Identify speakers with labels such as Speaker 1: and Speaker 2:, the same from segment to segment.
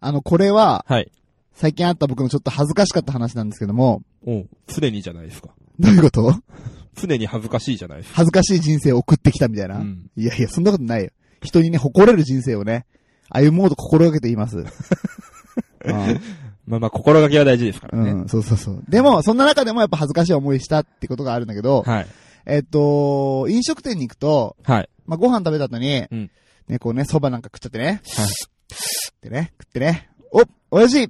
Speaker 1: あの、これは、
Speaker 2: はい。
Speaker 1: 最近あった僕のちょっと恥ずかしかった話なんですけども、
Speaker 2: うん。常にじゃないですか。
Speaker 1: どういうこと
Speaker 2: 常に恥ずかしいじゃないですか。
Speaker 1: 恥ずかしい人生を送ってきたみたいな。
Speaker 2: うん。
Speaker 1: いやいや、そんなことないよ。人にね、誇れる人生をね、歩もうと心がけてい ます。
Speaker 2: まあまあ、心がけは大事ですから
Speaker 1: うん、
Speaker 2: ね。
Speaker 1: うんそうそうそう。でも、そんな中でもやっぱ恥ずかしい思いしたってことがあるんだけど、
Speaker 2: はい。
Speaker 1: えっと、飲食店に行くと、
Speaker 2: はい。
Speaker 1: まあ、ご飯食べた後に、
Speaker 2: うん
Speaker 1: ね、こうね、蕎麦なんか食っちゃってね、
Speaker 2: はい。
Speaker 1: ってね、食ってね、お、親父、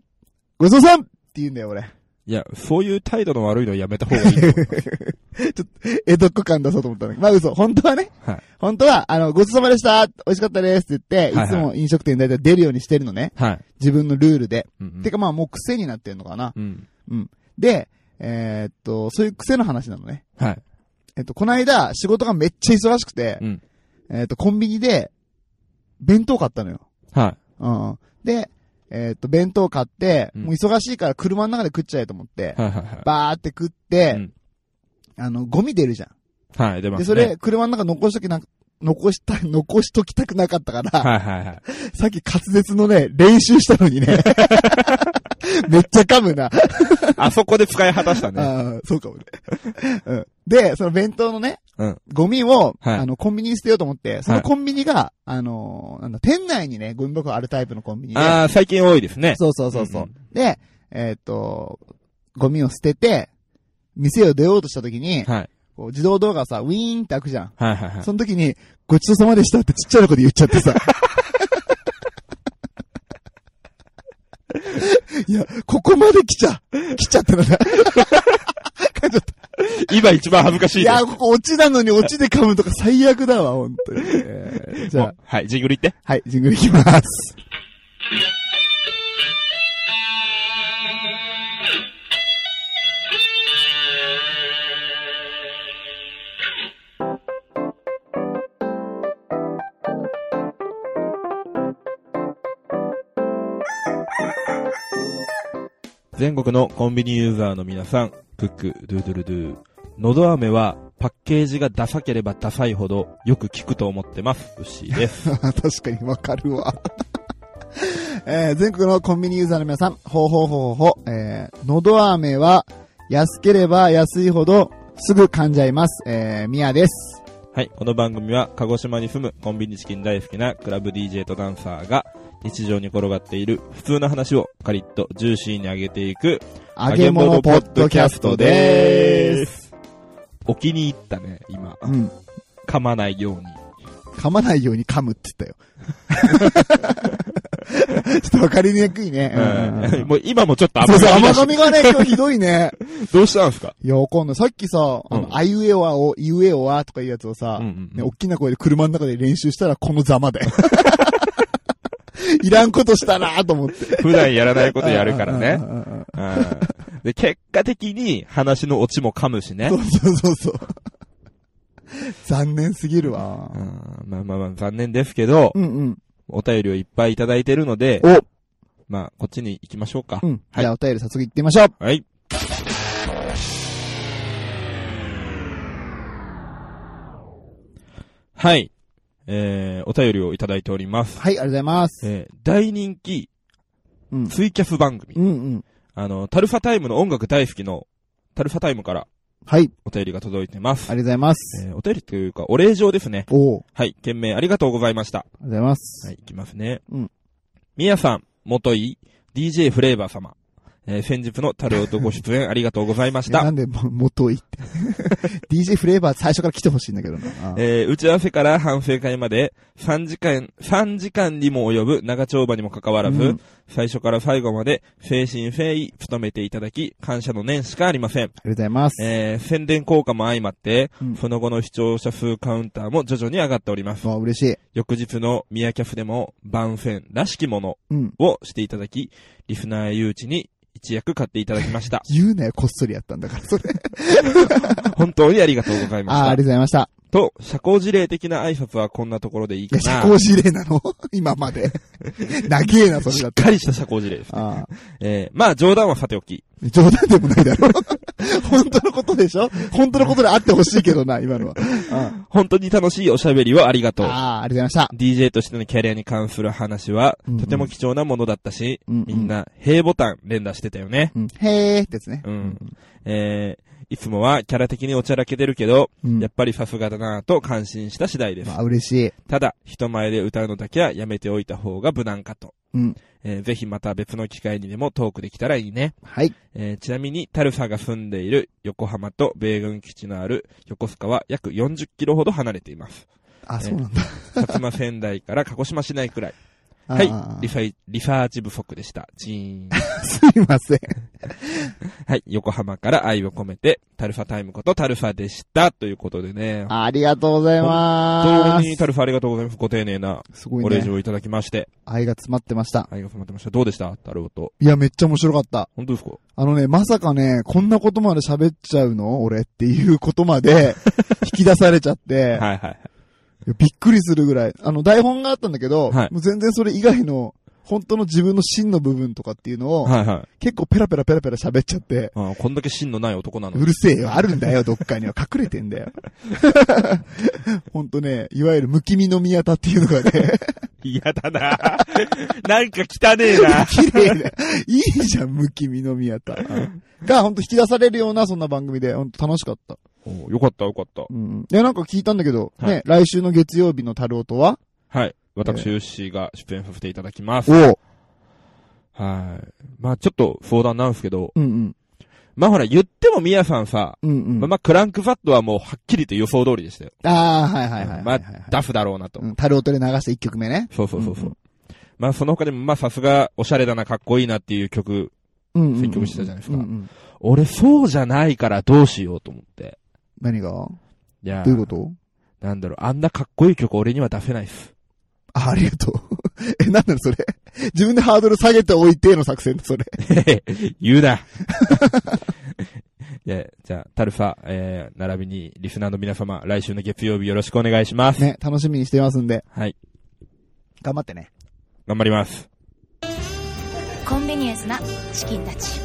Speaker 1: ごちそうさんって言うんだよ、俺。
Speaker 2: いや、そういう態度の悪いのはやめた方がいいと思います。
Speaker 1: 江戸っ子感出そうと思ったんだけど、まあ嘘、本当はね、
Speaker 2: はい
Speaker 1: 本当は、あの、ごちそうさまでした、美味しかったですって言って、
Speaker 2: はいいはい
Speaker 1: つも飲食店に大体出るようにしてるのね、
Speaker 2: はい。
Speaker 1: 自分のルールで。
Speaker 2: うんうん
Speaker 1: てかまあもう癖になってんのかな。
Speaker 2: うん。
Speaker 1: で、えーっと、そういう癖の話なのね。
Speaker 2: はい。
Speaker 1: えっと、この間、仕事がめっちゃ忙しくて、
Speaker 2: うん
Speaker 1: えーっと、コンビニで、弁当買ったのよ。
Speaker 2: は
Speaker 1: うんうん。で、えーっと、弁当買って、
Speaker 2: うん
Speaker 1: もう忙しいから車の中で食っちゃえと思って、
Speaker 2: い。はいはいは
Speaker 1: バーって食って、
Speaker 2: うん
Speaker 1: あの、ゴミ出るじゃん。
Speaker 2: い。はい、出ます
Speaker 1: で、
Speaker 2: ね。
Speaker 1: それ、車の中残しときな、残した、残しときたくなかったから、
Speaker 2: はいはいはい。
Speaker 1: さっき滑舌のね、練習したのに ね、めっちゃ噛むな。
Speaker 2: あそこで使い果たしたね。
Speaker 1: ああ、そうかもね。うんで、その弁当のね、
Speaker 2: うん
Speaker 1: ゴミを、
Speaker 2: はい
Speaker 1: あの、コンビニに捨てようと思って、そ
Speaker 2: は
Speaker 1: の
Speaker 2: い
Speaker 1: コンビニが、あのーなんだ、店内にね、ゴミ箱あるタイプのコンビニで、
Speaker 2: ああ、最近多いですね。
Speaker 1: そうそうそうそう。
Speaker 2: うん
Speaker 1: で、えーっと、ゴミを捨てて、店を出ようとした時に、
Speaker 2: はい。
Speaker 1: こう自動動画さ、ウィーンって開くじゃん。
Speaker 2: はいはいはい。
Speaker 1: その時に、ごちそうさまでしたってちっちゃな子で言っちゃって さ。いや、ここまで来ちゃ、来ちゃったのね。
Speaker 2: 今一番恥ずかしい
Speaker 1: い
Speaker 2: です。
Speaker 1: や、ここ落ちなのに落ちで噛むとか最悪だわ、本当に。え ーじゃあ
Speaker 2: も、うはい、ジングルいって。
Speaker 1: はい、ジングルいきます。
Speaker 2: 全国のコンビニユーザーの皆さん、クック、ドゥドゥルドゥ。のど飴はパッケージがダサければダサいほどよく聞くと思ってます。牛 です。
Speaker 1: 確かにわかるわ。えー全国のコンビニユーザーの皆さん、ほうほうほうほう、えー、のど飴は安ければ安いほどすぐ噛んじゃいます。えー、みやです。
Speaker 2: はい、この番組は鹿児島に住むコンビニチキン大好きなクラブ DJ とダンサーが日常に転がっている普通の話をカリッとジューシーに上げていく
Speaker 1: 揚げ物ポッドキャストでーす。
Speaker 2: す。お気に入ったね、今。
Speaker 1: うん。
Speaker 2: 噛まないように。
Speaker 1: 噛まないように噛むって言った よ。ちょっとわかりにくいね。うんうんうん
Speaker 2: もう今もちょっと
Speaker 1: そう
Speaker 2: 甘
Speaker 1: そう、
Speaker 2: 噛み
Speaker 1: 甘噛みが
Speaker 2: だし
Speaker 1: ね、今日ひどいね。
Speaker 2: どうしたんですか
Speaker 1: いや、わかんない。さっきさ、あ
Speaker 2: う
Speaker 1: の、
Speaker 2: ん
Speaker 1: あいうえおあを、いうえおあとかいうやつをさ、
Speaker 2: うんうんうん
Speaker 1: ね、大きな声で車の中で練習したらこのざま だよ。いらんことしたなと思って。
Speaker 2: 普段やらないことやるからね
Speaker 1: う。んうんうんうん
Speaker 2: うんで、結果的に話のオチも噛むしね。
Speaker 1: そうそうそうそう。残念すぎるわ
Speaker 2: うん。まあまあまあ、残念ですけど、
Speaker 1: うんうん。
Speaker 2: お便りをいっぱいいただいてるので、
Speaker 1: お
Speaker 2: まあ、こっちに行きましょうか。
Speaker 1: うん。
Speaker 2: はい
Speaker 1: じゃあお便り早速行ってみましょう。
Speaker 2: はい。はい。えー、お便りをいただいております。
Speaker 1: はい、ありがとうございます。
Speaker 2: えー、大人気
Speaker 1: うん、
Speaker 2: ツイキャス番組。
Speaker 1: うんうん。
Speaker 2: あの、タルファタイムの音楽大好きの、タルファタイムから
Speaker 1: はい、あり
Speaker 2: お便りが届いてま
Speaker 1: が
Speaker 2: す。
Speaker 1: とうございます。
Speaker 2: えーお便りというか、お礼状ですね。
Speaker 1: おー
Speaker 2: はい、件名ありがとうございました。
Speaker 1: ありがとうございます。
Speaker 2: はい、いきますね。
Speaker 1: うん。
Speaker 2: みやさん、もとい、DJ フレーバー様。えー先日のタルオトご出演ありがとうございまし
Speaker 1: えな
Speaker 2: た。
Speaker 1: んで、も、元いっ て。DJ フレーバー最初から来てほしいんだけどな。あー
Speaker 2: えー打ち合わせから反省会まで、3時間、3時間にも及ぶ長丁場にもかかわらず、
Speaker 1: うん
Speaker 2: 最初から最後まで、精神誠意、努めていただき、感謝の念しかありませ
Speaker 1: あ
Speaker 2: ん。
Speaker 1: りがとうございます。
Speaker 2: えー宣伝効果も相まって、
Speaker 1: うん
Speaker 2: その後の視聴者数カウンターも徐々に上がっております。
Speaker 1: わあ、嬉しい。
Speaker 2: 翌日のミヤキャフでも番宣らしきもの
Speaker 1: うん。
Speaker 2: をしていただき、リスナー誘致に一役買っていただき ました。
Speaker 1: 言うなよ、こっそりやったんだから、それ。
Speaker 2: 本当にありがとうございま
Speaker 1: ああ、ありが
Speaker 2: し
Speaker 1: とうございました。
Speaker 2: と、社交辞令的な挨拶はこんなところでいい
Speaker 1: い
Speaker 2: か
Speaker 1: や、
Speaker 2: な。
Speaker 1: 社交辞令なの 今ま で。長えな、それ
Speaker 2: し
Speaker 1: だっ。
Speaker 2: って かりした社交辞令ですね。
Speaker 1: ああ
Speaker 2: えー、まあ冗談はさておき。
Speaker 1: 冗談でもないだ ろ。本当のことでしょ本当のことであってほしいけどな、 今のは。あ
Speaker 2: 本当に楽しいおしゃべりをありがとう。
Speaker 1: ああ、ありがとうございました。
Speaker 2: DJ としてのキャリアに関する話は
Speaker 1: うんうん、
Speaker 2: とても貴重なものだったし、
Speaker 1: うんうん
Speaker 2: みんな、平ボタン連打してたよね。
Speaker 1: うん、へーってやつね。
Speaker 2: うん。えー、いつもはキャラ的におちゃらけてるけど、
Speaker 1: うん
Speaker 2: やっぱりさすがだなぁと感心した次第です。
Speaker 1: まあ、嬉しい。
Speaker 2: ただ、人前で歌うのだけはやめておいた方が無難かと。
Speaker 1: うん。
Speaker 2: えーぜひまた別の機会にでもトークできたらいいね。
Speaker 1: はい。
Speaker 2: えーちなみに、タルサが住んでいる横浜と米軍基地のある横須賀は約40キロほど離れています。
Speaker 1: あ、そうなんだ。
Speaker 2: 薩摩仙台から鹿児島市内くらい。は
Speaker 1: あ
Speaker 2: い。
Speaker 1: あ
Speaker 2: リサイリサーチ不足でした。チーン。
Speaker 1: すいません。
Speaker 2: はい。横浜から愛を込めて、タルファタイムことタルファでした。ということでね。
Speaker 1: ありがとうござい
Speaker 2: 本
Speaker 1: ま
Speaker 2: 当にタルファありがとうございます。ご丁寧な
Speaker 1: す。すご
Speaker 2: ご
Speaker 1: い
Speaker 2: 礼
Speaker 1: ね。
Speaker 2: 状をいただきまして。
Speaker 1: 愛が詰まってました。
Speaker 2: ありがとうございました。どうでしたタルオと。
Speaker 1: いや、めっちゃ面白かった。
Speaker 2: 本当ですか
Speaker 1: あのね、まさかね、こんなことまで喋っちゃうの俺っていうことまで 引き出されちゃって、
Speaker 2: はいはい
Speaker 1: いやびっくりするぐらい。あの、台本があったんだけど、
Speaker 2: はい
Speaker 1: もう全然それ以外の、本当の自分の真の部分とかっていうのを、
Speaker 2: はい。はいはい。
Speaker 1: 結構ペラペラペラペラ喋っちゃって、
Speaker 2: あーこんだけ芯のない男なの
Speaker 1: う
Speaker 2: に。
Speaker 1: るせえよ、あるんだ よ、どっかには。隠れてんだよ。 ほんとね、いわゆるむきみの宮田っていうのがね、
Speaker 2: 嫌だ ななんか汚ねえな
Speaker 1: 綺麗で、いいじゃん、むきみの宮 田。が、ほんと引き出されるような、そんな番組で、ほんと楽しかった。
Speaker 2: およかったよかった。
Speaker 1: うん。いや、なんか聞いたんだけど、
Speaker 2: はい
Speaker 1: ね、来週の月曜日のタルオとは
Speaker 2: はい。私、ヨッシーが出演させていただきます。
Speaker 1: お
Speaker 2: はい。まあちょっと相談なんですけど、
Speaker 1: うんうん。
Speaker 2: まあほら、言ってもミヤさんさ、
Speaker 1: うんうん。
Speaker 2: まあまあクランクファットはもうはっきりと予想通りでしたよ。
Speaker 1: ああ、はいはいはいはいはい。
Speaker 2: まあ、ダフだろうなと。
Speaker 1: うん、タルオとで流した一曲目ね。
Speaker 2: そうそうそうそ
Speaker 1: う
Speaker 2: う。
Speaker 1: んう
Speaker 2: まあその他でも、まあさすが、おしゃれだな、かっこいいなっていう曲、
Speaker 1: うん、うん。
Speaker 2: 選曲してたじゃないですか
Speaker 1: うんうん
Speaker 2: 俺そうじゃないからどうしようと思って。
Speaker 1: 何がど
Speaker 2: いやー
Speaker 1: ういうこと
Speaker 2: なんだろう、あんなかっこいい曲俺には出せないっす。
Speaker 1: あ、ありがとう。 え、なんなのそれ。自分でハードル下げておいての作戦だ、それ。
Speaker 2: 言うな。 いや、じゃあ、タルファ、えー、並びに、リスナーの皆様、来週の月曜日よろしくお願いします。
Speaker 1: ね、楽しみにしてますんで。
Speaker 2: はい。
Speaker 1: 頑張ってね。
Speaker 2: 頑張ります。
Speaker 3: コンビニエンスなチキンたち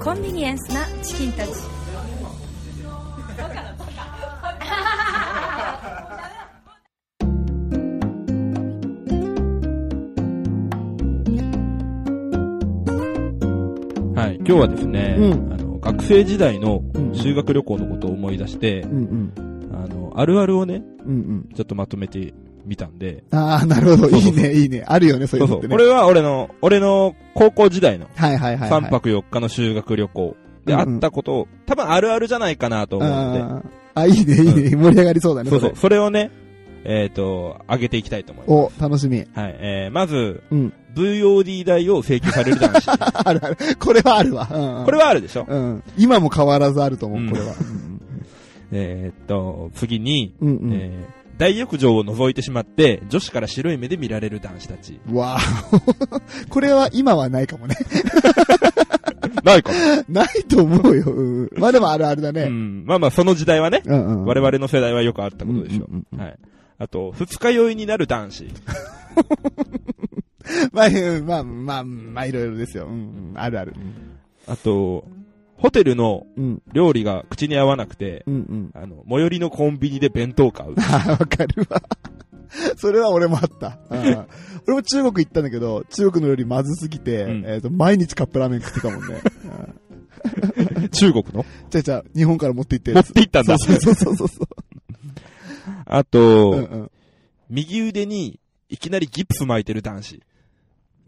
Speaker 3: コンビニエンスなチキンたち
Speaker 2: はい。今日はですね、
Speaker 1: うん
Speaker 2: あの、学生時代の
Speaker 1: うん
Speaker 2: 修学旅行のことを思い出して、
Speaker 1: うんうん。
Speaker 2: あの、あるあるをね、
Speaker 1: うんうん。
Speaker 2: ちょっとまとめてみたんで、
Speaker 1: ああ、なるほど。
Speaker 2: そう
Speaker 1: い
Speaker 2: そ
Speaker 1: いう
Speaker 2: そう
Speaker 1: ね、いいね。あるよね、そうい
Speaker 2: そううそ
Speaker 1: のっ
Speaker 2: う、
Speaker 1: てね。
Speaker 2: これは俺の、俺の高校時代の
Speaker 1: はいはいはいはい。
Speaker 2: 3泊4日の修学旅行で
Speaker 1: うん
Speaker 2: あ
Speaker 1: うん
Speaker 2: ったことを、多分あるあるじゃないかなと思うの
Speaker 1: あーあ、いいね、いいね。盛り上がりそうだ
Speaker 2: で、
Speaker 1: ね。
Speaker 2: そうそ
Speaker 1: れ
Speaker 2: う、それをね、えっ、と、上げていきたいと思います。
Speaker 1: お、楽しみ。
Speaker 2: はい、えー、まず、
Speaker 1: うん。
Speaker 2: VOD 代を請求され る男子。
Speaker 1: あるある。これはあるわ。うんうん。
Speaker 2: これはあるでしょ
Speaker 1: うん。今も変わらずあると
Speaker 2: う
Speaker 1: 思
Speaker 2: ん
Speaker 1: う、これは。
Speaker 2: えーっと、次に、
Speaker 1: うんうん。
Speaker 2: えー大浴場を覗いてしまって、女子から白い目で見られる男子たち。
Speaker 1: わあ、 これは今はないかもね。
Speaker 2: ないか。
Speaker 1: ないと思うよ。うんまあでもあるあるだ
Speaker 2: う
Speaker 1: ね。
Speaker 2: ん。まあまあ、その時代はね、
Speaker 1: うんうん。
Speaker 2: 我々の世代はよくあった
Speaker 1: の
Speaker 2: ことでしょ。はい。あと、二日酔いになる男子。
Speaker 1: まあ、うんまあ、まあ、まあ、いろいろですよ。うん、あるある。
Speaker 2: あと、ホテルの
Speaker 1: うん、
Speaker 2: 料理が口に合わなくて、
Speaker 1: うん、うん。
Speaker 2: あの、最寄りのコンビニで弁当買 う。
Speaker 1: ああ、わかるわ。それは俺もあった。うん俺も中国行ったんだけど、中国の料理まずすぎて、
Speaker 2: うん
Speaker 1: えっと、毎日カップラーメン食ってたも んね。うん
Speaker 2: 中国の
Speaker 1: じゃあじゃあ日本から持って行って
Speaker 2: 持って行ったんだ。
Speaker 1: そうそうそうそうそう。
Speaker 2: あ
Speaker 1: うん
Speaker 2: と、
Speaker 1: う
Speaker 2: 右腕にいきなりギプス巻いてる男子。い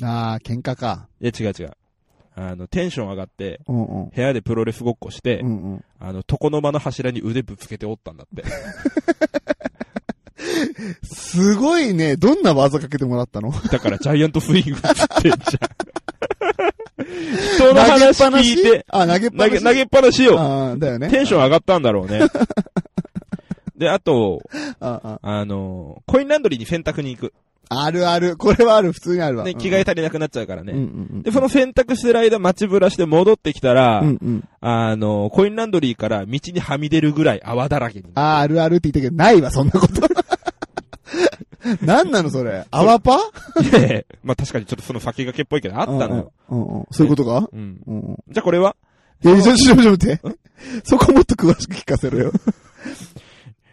Speaker 1: ん。ああ、喧嘩か。
Speaker 2: や、違う違う。あの、テンション上がって、
Speaker 1: うんうん。
Speaker 2: 部屋でプロレスごっこして、
Speaker 1: うんうん。
Speaker 2: あの、床の間の柱に腕ぶつけておったんだって。
Speaker 1: すごいね、どんな技かけてもらったの
Speaker 2: だからジャイアントスイングっつってんじゃん。人
Speaker 1: 投
Speaker 2: の
Speaker 1: げっ
Speaker 2: 話
Speaker 1: ぱなし
Speaker 2: 聞いて、
Speaker 1: あ、投げっぱ
Speaker 2: 投
Speaker 1: な
Speaker 2: げ、
Speaker 1: し。
Speaker 2: 投げっぱなしよ。
Speaker 1: ああ、だよね。
Speaker 2: テンション上がったんだろう ね。で、あと、
Speaker 1: ああ、
Speaker 2: あの、コインランドリーに洗濯に行く。
Speaker 1: あるある。これはある。普通にあるわ。
Speaker 2: ね、
Speaker 1: うん
Speaker 2: 着替え足りなくなっちゃうからね。
Speaker 1: うんうんうん。
Speaker 2: で、その洗濯してる間、街ぶらして戻ってきたら、
Speaker 1: うんうん。
Speaker 2: あの、コインランドリーから道にはみ出るぐらい泡だらけに。
Speaker 1: あーあるあるって言ったけど、ないわ、そんな こと。なんなの、それ。泡パ
Speaker 2: で、 まあ確かにちょっとその先駆けっぽいけど、あ
Speaker 1: あ
Speaker 2: ったのよ。。
Speaker 1: うんうんうんうん。そういうことか
Speaker 2: うん。
Speaker 1: うんうん。
Speaker 2: じゃあこれは
Speaker 1: え、ちょ、ちょ、ちょ、待って。そこもっと詳しく聞かせろよ。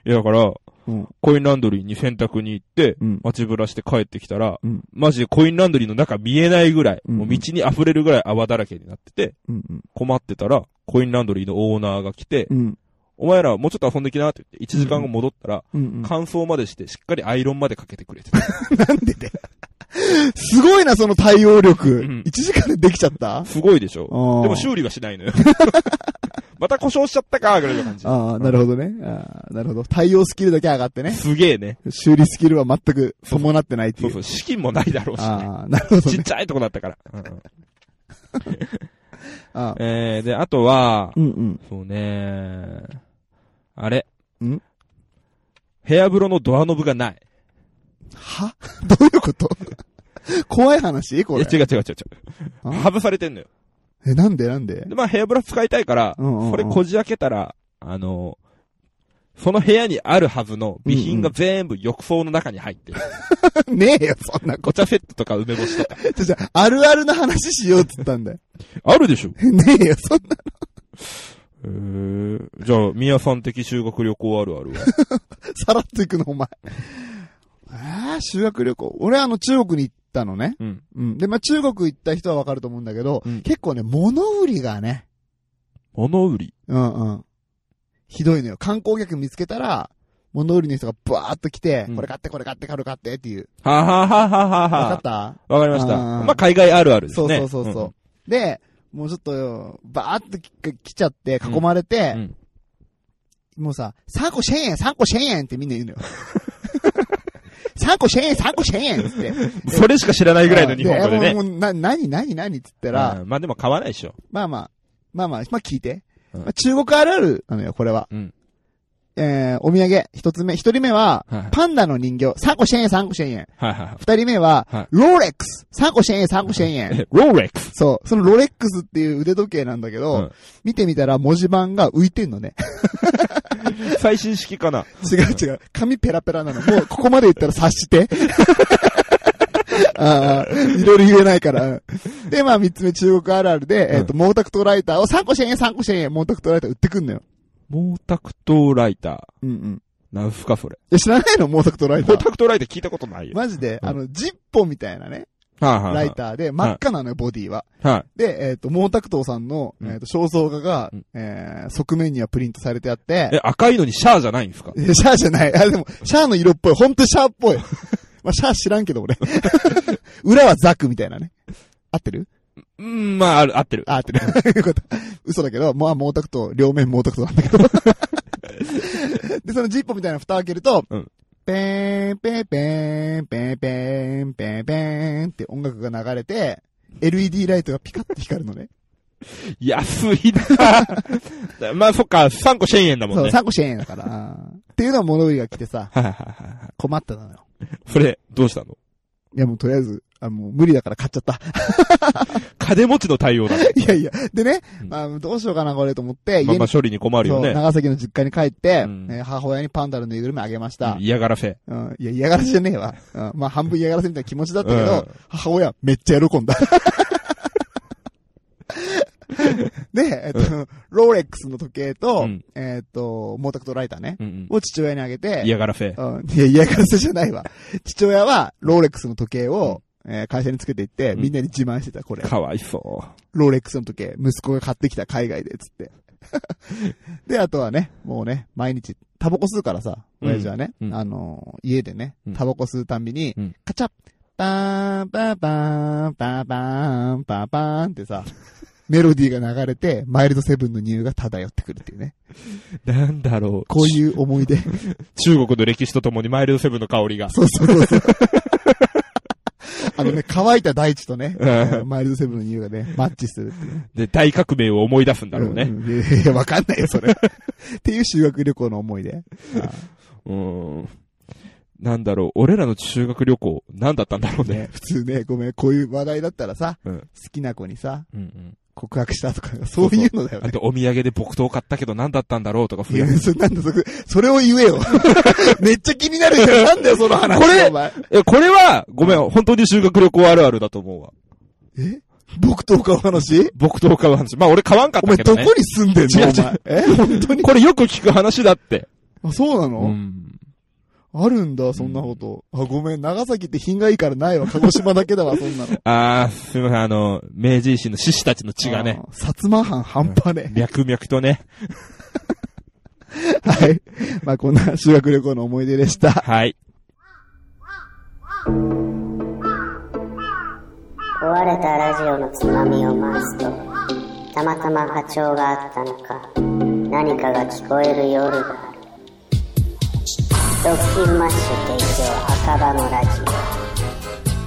Speaker 2: いや、だから、
Speaker 1: うん。
Speaker 2: コインランドリーに洗濯に行って、
Speaker 1: うん。
Speaker 2: 街ぶらして帰ってきたら、
Speaker 1: うん。
Speaker 2: マジでコインランドリーの中見えないぐらい、
Speaker 1: うん
Speaker 2: もう道に溢れるぐらい泡だらけになってて、
Speaker 1: うん。うん
Speaker 2: 困ってたら、コインランドリーのオーナーが来て、
Speaker 1: うん。
Speaker 2: お前らもうちょっと遊んできなって言って、1時間後戻ったら、
Speaker 1: うん。
Speaker 2: 乾燥までして、しっかりアイロンまでかけてくれて た。
Speaker 1: なんでだよ。すごいな、その対応力
Speaker 2: うん。
Speaker 1: 1時間でできちゃった
Speaker 2: すごいでしょ
Speaker 1: あー
Speaker 2: でも修理はしないのよ。 また故障しちゃったかぐらいの感じ。
Speaker 1: ああ、なるほどね。ああ、なるほど。対応スキルだけ上がってね。
Speaker 2: すげえね。
Speaker 1: 修理スキルは全く伴ってないって
Speaker 2: そ
Speaker 1: いうう。
Speaker 2: そう、資金もないだろうしね。
Speaker 1: ああ、な るほど
Speaker 2: ちっ
Speaker 1: ね。
Speaker 2: ちゃいとこだったから。うんうん
Speaker 1: ああ
Speaker 2: えー、で、あとは
Speaker 1: う、んうん。
Speaker 2: そうねあれ。
Speaker 1: ん
Speaker 2: 部屋風呂のドアノブがない。
Speaker 1: は どういうこと怖い話
Speaker 2: い
Speaker 1: こ
Speaker 2: や、
Speaker 1: れ。
Speaker 2: 違う違う違う違う。
Speaker 1: あ
Speaker 2: 外されてんのよ。
Speaker 1: え、なんでなんで
Speaker 2: で、まあ、部屋風呂使いたいから、
Speaker 1: うんうんうん
Speaker 2: それこじ開けたら、あの、その部屋にあるはずの備品が全部浴槽の中に入って る。
Speaker 1: ねえよ、そんなこ
Speaker 2: お茶セットとか梅干しとか。
Speaker 1: とじゃあ、あるあるな話しようっつったんだよ。
Speaker 2: あるでしょ
Speaker 1: ねえよ、そんな。
Speaker 2: えー、じゃあ、宮さん的修学旅行あるあるは。
Speaker 1: さらっと行くの、お前。ああ、修学旅行。俺、あの、中国に行ったのね。
Speaker 2: うん。
Speaker 1: うん。で、まあ、中国行った人はわかると思うんだけど、
Speaker 2: うん
Speaker 1: 結構ね、物売りがね、
Speaker 2: 物売り。
Speaker 1: うんうん。ひどいのよ。観光客見つけたら、物売りの人がバーっと来て、
Speaker 2: うん
Speaker 1: これ買って、これ買って、これ買ってっていう。
Speaker 2: ははははは
Speaker 1: わかっ
Speaker 2: は。
Speaker 1: た
Speaker 2: わかりました。
Speaker 1: あー
Speaker 2: まあ、海外あるあるです
Speaker 1: そう
Speaker 2: ね。
Speaker 1: そうそうそう。で、もうちょっとよ、バーっとき来ちゃって、囲まれて
Speaker 2: う、ん。
Speaker 1: もうさ、3個1000円、3個1000円ってみんな言うのよ。3個1000円、3個1000円っつって。
Speaker 2: うんそれしか知らない ぐらいの日本語で
Speaker 1: あ
Speaker 2: ね
Speaker 1: も。うもうな、何、何、何っつったら、
Speaker 2: うんまあ、でも買わないでしょ。
Speaker 1: まあまあ、まあまあ、まあ聞いて。
Speaker 2: うん
Speaker 1: まあ、中国あるあるなのよ、これは。
Speaker 2: うん
Speaker 1: えー、お土産、一つ目。一人目は、
Speaker 2: はいはい
Speaker 1: パンダの人形、3個1000円、3個1000円。
Speaker 2: はいはいはい。
Speaker 1: 二人目は、
Speaker 2: はい
Speaker 1: ローレックス、3個1000円、3個1000円。
Speaker 2: えローレックス。
Speaker 1: そう、そのロレックスっていう腕時計なんだけど、
Speaker 2: うん
Speaker 1: 見てみたら文字盤が浮いてんの ね。
Speaker 2: 最新式かな。
Speaker 1: 違う違う。紙ペラペラなの。もうここまで言ったら察 して。ああ、いろいろ言えないから。で、まあ三つ目中国あるあるで、えっ、と、毛沢東ライターを3個1000円、3個1000円、毛沢東ライター売ってくんのよ。
Speaker 2: 毛沢東ライタ
Speaker 1: うんうん。
Speaker 2: ー。なんすかそれ。
Speaker 1: え、知らないの毛沢東ライタ
Speaker 2: 毛
Speaker 1: ー。
Speaker 2: 沢東ライター聞いたことないよ。
Speaker 1: マジで、
Speaker 2: うん
Speaker 1: あの、ジッポみたいなね、
Speaker 2: はいはいはい。
Speaker 1: ライターで、真っ赤なのよ、ボディは。
Speaker 2: ー。はい。
Speaker 1: で、えっ、と、毛沢東さんの、
Speaker 2: うん
Speaker 1: えっ、と、肖像画が、
Speaker 2: うん
Speaker 1: えー、側面にはプリントされてあって、
Speaker 2: え、赤いのにシャアじゃないんですか
Speaker 1: いやシャアじゃない。あ、でも、シャアの色っぽい。ほんとシャアっ ぽい。まあ、シャア知らんけど、俺。 裏はザクみたいなね。合ってる
Speaker 2: うん、まあ、ある、合ってる。
Speaker 1: あ、合ってる。 よかった。嘘だけど、まあ、毛沢東、両面毛沢東なん だけど。で、そのジッポみたいな蓋開けると、
Speaker 2: うん
Speaker 1: ペーン、ペーペーン、ペーペーン、ペーペーンって音楽が流れて、LED ライトがピカッて光るのね。
Speaker 2: 安い なまあ、そっか、3個1000円 だもん
Speaker 1: そう、
Speaker 2: ね。
Speaker 1: 3個1000円だから。うんっていうのは物売りが来てさ、
Speaker 2: はいはいはいはい。
Speaker 1: 困ったのよ。
Speaker 2: それ、どうしたの
Speaker 1: いや、もうとりあえず、あ、もう無理だから買っちゃった。
Speaker 2: 金持ちの対応だね。
Speaker 1: いやいや、でね、
Speaker 2: うん
Speaker 1: まあ、どうしようかな、これと思って、
Speaker 2: ま
Speaker 1: 家
Speaker 2: あ
Speaker 1: に、
Speaker 2: まあ、処理に困るよ
Speaker 1: そう
Speaker 2: ね。
Speaker 1: 長崎の実家に帰って、
Speaker 2: うん
Speaker 1: えー母親にパンダのぬいぐるみあげました。
Speaker 2: 嫌がらせ。
Speaker 1: うん、いや、嫌がらせじゃねえわ。うん、まあ、半分嫌がらせみたいな気持ちだったけど、
Speaker 2: うん
Speaker 1: 母親めっちゃ喜 んだ。で、えっと、ローレックスの時計と、
Speaker 2: うん
Speaker 1: えっと、毛沢東ライターね、
Speaker 2: うん
Speaker 1: を父親にあげて
Speaker 2: うん。、嫌がらせ。
Speaker 1: うん、いや、嫌がらせじゃないわ。父親は、ローレックスの時計を、えー会社につけていって、
Speaker 2: うん
Speaker 1: みんなに自慢してた、これ。
Speaker 2: かわいそう。
Speaker 1: ローレックスの時計、息子が買ってきた海外で、つって。 で、あとはね、もうね、毎日、タバコ吸うからさ、
Speaker 2: うん
Speaker 1: 親父はね、
Speaker 2: うん
Speaker 1: あのー家でね
Speaker 2: うん、
Speaker 1: タバコ吸うたんびに、
Speaker 2: うん
Speaker 1: カチャッ、パーン、パーパーン、パーパーン、パーパーンってさ、メロディーが流れて、マイルドセブンの匂いが漂ってくるっていうね。
Speaker 2: なんだろう。
Speaker 1: こういう思い出。
Speaker 2: 中国の歴史とともにマイルドセブンの香りが。
Speaker 1: そうそうそうそう。 あのね、乾いた大地とね、えーマイルドセブンの匂いがね、マッチするっていうね。
Speaker 2: で、大革命を思い出すんだろうね。
Speaker 1: ん。いやいや、わか んないよ、それ。っていう修学旅行の思い出。あ
Speaker 2: うん。なんだろう、俺らの修学旅行、なんだったんだろうね。
Speaker 1: ね、普通ね、ごめん、こういう話題だったらさ、
Speaker 2: うん
Speaker 1: 好きな子にさ、
Speaker 2: うんうん。
Speaker 1: 告白したとか、そういうのだよ
Speaker 2: あ
Speaker 1: ね。
Speaker 2: と、お土産で木刀買ったけどなんだったんだろうとか、
Speaker 1: いや、そ、なんだ、そ、それを言えよ。 めっちゃ気になるじゃん。なんだよ、その話。
Speaker 2: これ
Speaker 1: お前
Speaker 2: え、これは、ごめん、本当に修学旅行あるあるだと思うわ。
Speaker 1: え僕とかお話
Speaker 2: 木刀買う話。まあ、俺買わんかっ
Speaker 1: お前、
Speaker 2: たけど
Speaker 1: ど
Speaker 2: ね
Speaker 1: こ。に住んでんの
Speaker 2: 違う
Speaker 1: お前。え本当に
Speaker 2: これよく聞く話だって。
Speaker 1: あ、そうなの、
Speaker 2: うん。
Speaker 1: あるんだ、そんなこと。あ、ごめん、長崎って品がいいからないわ。鹿児島だけだわ、そん なの。
Speaker 2: あー、すみません、あの、明治維新の志士たちの血がね
Speaker 1: あ、ー。薩摩藩半端ね。
Speaker 2: 脈々とね、
Speaker 1: はい。まあ、こんな修学旅行の思い出でした。
Speaker 2: はい。
Speaker 4: 壊れたラジオのつまみを回すとたまたま波長があったのか何かが聞こえる夜があるドッキンマッシュ提供赤羽のラジ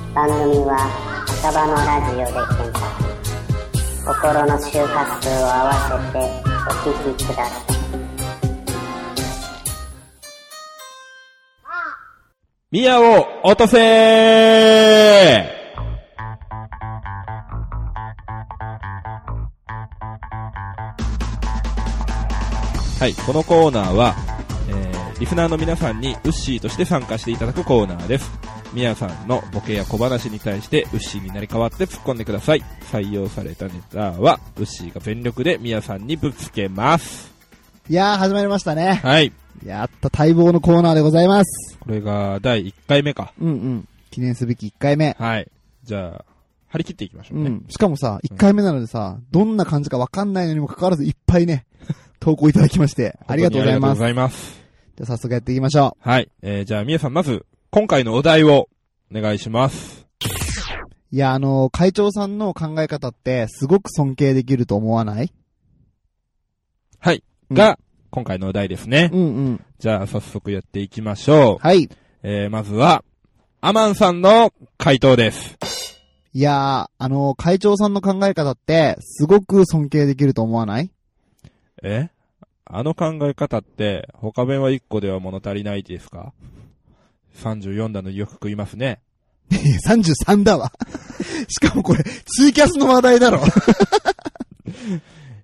Speaker 4: オ番組は赤羽のラジオで検索心の周波数を合わせてお聞きください
Speaker 2: 宮を落とせーはい、このコーナーは、えー、リスナーの皆さんにウッシーとして参加していただくコーナーです。みやさんのボケや小話に対してウッシーになり変わって突っ込んでください。採用されたネタは、ウッシーが全力でみやさんにぶつけます。
Speaker 1: いやー、始まりましたね。
Speaker 2: はい。
Speaker 1: やった、待望のコーナーでございます。
Speaker 2: これが第1回目か。
Speaker 1: うんうん。記念すべき1回目。
Speaker 2: はい。じゃあ、張り切っていきましょ
Speaker 1: う
Speaker 2: うね。
Speaker 1: ん。しかもさ、1回目なのでさ、どんな感じかわかんないのにもかかわらずいっぱいね、 投稿いただきまして、ありがとうございます。
Speaker 2: ありがとうございます。
Speaker 1: じゃあ早速やっていきましょ
Speaker 2: はい。えー、じゃあ、みやさん、まず、今回のお題を、お願いします。
Speaker 1: う。いや、あのー会長さんの考え方って、すごく尊敬できると思わない
Speaker 2: はい。
Speaker 1: うん
Speaker 2: が、今回のお題ですね。
Speaker 1: うんうん。
Speaker 2: じゃあ、早速やっていきましょう。
Speaker 1: はい。
Speaker 2: えー、まずは、アマンさんの回答です。
Speaker 1: いやー、あのー会長さんの考え方って、すごく尊敬できると思わない
Speaker 2: えあの考え方って、他弁は1個では物足りないですか ?34 だのよく食いますね。
Speaker 1: いや33だわ。 しかもこれ、ツイキャスの話題だろ。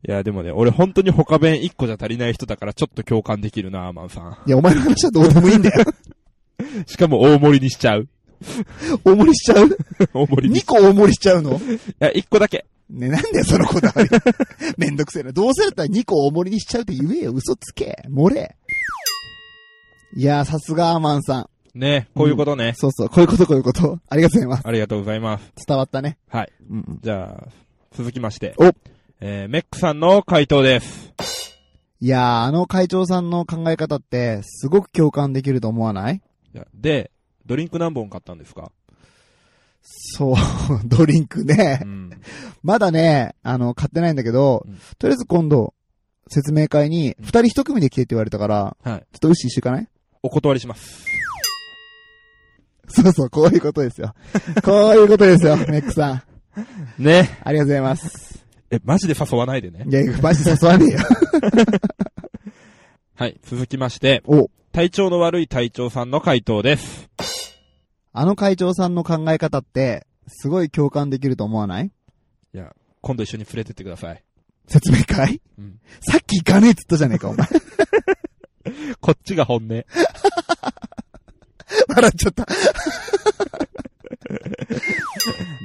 Speaker 2: いや、でもね、俺本当に他弁1個じゃ足りない人だからちょっと共感できるな、アマンさん。
Speaker 1: いや、お前の話はどうでもいいんだよ。
Speaker 2: しかも大盛りにしちゃう。
Speaker 1: 大盛りしち ゃう
Speaker 2: 大盛りに。い
Speaker 1: ?2 個大盛りしちゃうの
Speaker 2: や、1個だけ。
Speaker 1: ね、なんだよ、そのこだ わり。めんどくせえな。どうせだったら2個大盛りにしちゃうって言えよ。嘘つけ。漏れ。いやー、さすがアーマンさん。
Speaker 2: ね、こういうことね。
Speaker 1: そうそう、こういうこと、こういうこと。ありがとうございます。
Speaker 2: ありがとうございます。
Speaker 1: 伝わったね。
Speaker 2: はい。
Speaker 1: うんうん。
Speaker 2: じゃあ、続きまして。
Speaker 1: お
Speaker 2: えー、メックさんの回答です。
Speaker 1: いやー、あの会長さんの考え方って、すごく共感できると思わない
Speaker 2: いやで、ドリンク何本買ったんですか
Speaker 1: そう、 ドリンクね
Speaker 2: う。ん。
Speaker 1: まだね、あの、買ってないんだけど
Speaker 2: うん、
Speaker 1: とりあえず今度、説明会に、二人一組で来てって言われたから、ち
Speaker 2: はい。
Speaker 1: ょっとウッシー一緒に行かない
Speaker 2: お断りします。
Speaker 1: そうそう、こういうことですよ。こういうことです よ、メックさん。
Speaker 2: ね。
Speaker 1: ありがとうございます。
Speaker 2: え、マジで誘わないでね
Speaker 1: い。や、マジ誘わねえよ。
Speaker 2: はい。続きまして、
Speaker 1: お、
Speaker 2: 体調の悪い隊長さんの回答です。
Speaker 1: あの会長さんの考え方って、すごい共感できると思わない
Speaker 2: いや、今度一緒に連れてってください。
Speaker 1: 説明会
Speaker 2: うん。
Speaker 1: さっき行かねえっつったじゃねえか、お前。
Speaker 2: こっちが本音。
Speaker 1: 笑っちゃ った。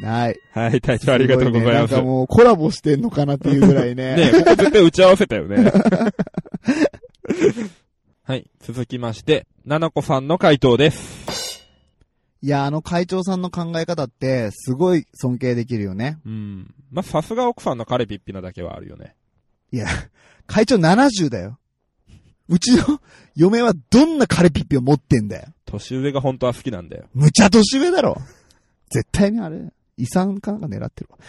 Speaker 1: ない。
Speaker 2: はい、隊長ありがとうございま
Speaker 1: ご
Speaker 2: す。
Speaker 1: ねなんかもうコラボしてんのかなっていうぐらいね。
Speaker 2: ねえ、ここ絶対打ち合わせたよね。はい、続きまして、ななこさんの回答です。
Speaker 1: いや、あの会長さんの考え方って、すごい尊敬できるよね。
Speaker 2: うん。まあ、さすが奥さんの彼ピッピなだけはあるよね。
Speaker 1: いや、会長70だよ。うちの嫁はどんな彼ピッピを持ってんだよ。
Speaker 2: 年上が本当は好きなんだよ。
Speaker 1: むちゃ年上だろ。絶対にあれ、遺産かなんか狙ってるわ。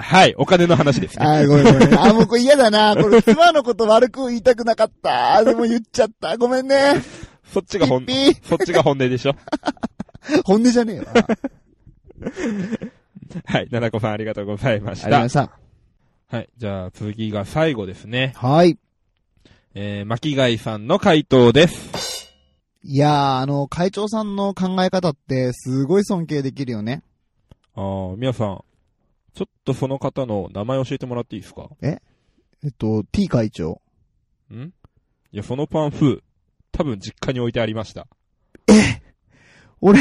Speaker 2: はい、お金の話です ね。
Speaker 1: あーごめんごめん。あーもうこれ嫌だな。これ妻のこと悪く言いたくなかった。あーでも言っちゃった。ごめんね。
Speaker 2: そっちが本
Speaker 1: ピッピ、
Speaker 2: そっちが本音でしょ。
Speaker 1: 本音じゃ ねえわ。ありがとう
Speaker 2: はい、ななこさんありがとうございまし
Speaker 1: ござい
Speaker 2: た
Speaker 1: ま。した。
Speaker 2: はい、じゃあ次が最後ですね。
Speaker 1: はい。
Speaker 2: えー、巻貝さんの回答です。
Speaker 1: いやー、あの、会長さんの考え方って、すごい尊敬できるよね。
Speaker 2: ああ、みやさん、ちょっとその方の名前教えてもらっていいですか
Speaker 1: えっと、T 会長。
Speaker 2: んいや、そのパン風、多分実家に置いてありました。
Speaker 1: 俺、